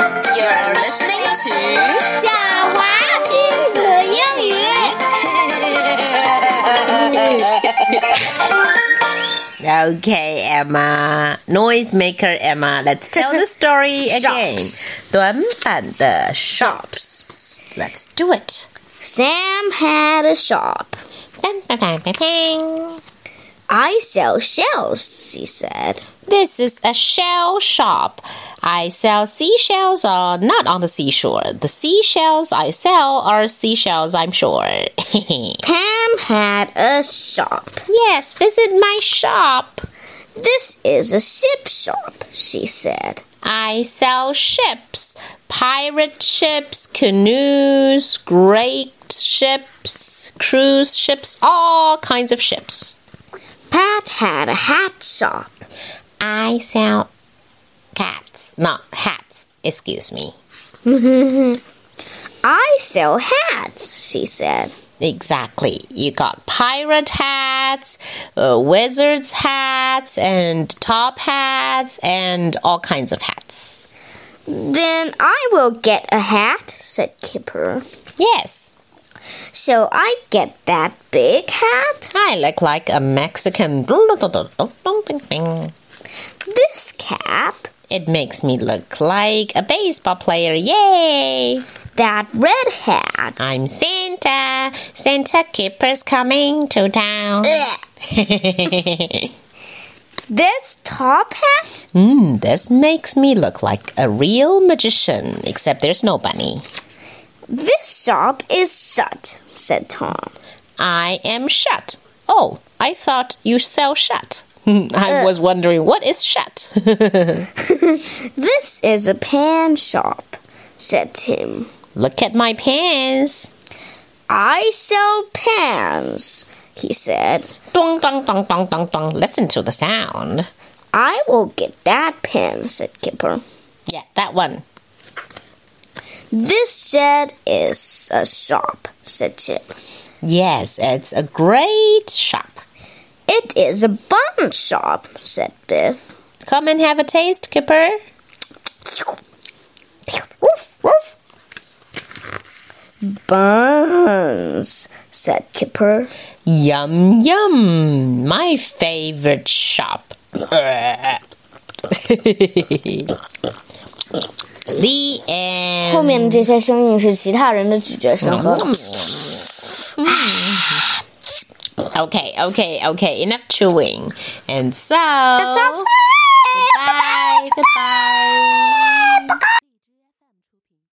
You are listening to 小华亲子英语。 Okay, Emma. Noisemaker Emma. Let's tell the story again. 短板的 shops. Let's do it. Sam had a shop. I sell shells, she said. This is a shell shop. I sell seashells are not on the seashore. The seashells I sell are seashells, I'm sure. Pam had a shop. yes, visit my shop. This is a ship shop, she said. I sell ships, pirate ships, canoes, great ships, cruise ships, all kinds of ships. Pat had a hat shop. I sell cats, not hats, excuse me. I sell hats, she said. Exactly. You got pirate hats, uh, wizard's hats, and top hats, and all kinds of hats. Then I will get a hat, said Kipper. Yes, So I get that big hat. I look like a Mexican. This cap. It makes me look like a baseball player. Yay! That red hat. I'm Santa. Santa Keeper's coming to town. Ugh. mm, This top hat? Hmm, this makes me look like a real magician, except there's no bunny. This shop is shut, said Tom. I am shut. Oh, I thought you sell shut. I was wondering what is shut. This is a pan shop, said Tim. look at my pants. I sell pans, he said. Dong dong dong dong dong dong. Listen to the sound. I will get that pan, said Kipper. Yeah, that one. This shed is a shop, said Chip. Yes, it's a great shop. It is a bun shop, said Biff. Come and have a taste, Kipper. Woof, woof. Buns, said Kipper. Yum, yum. My favorite shop. the end. 后面这些声音是其他人的咀嚼声和嗯 Okay, okay, okay. Enough chewing. And so. That's all. 嗯 Goodbye, goodbye.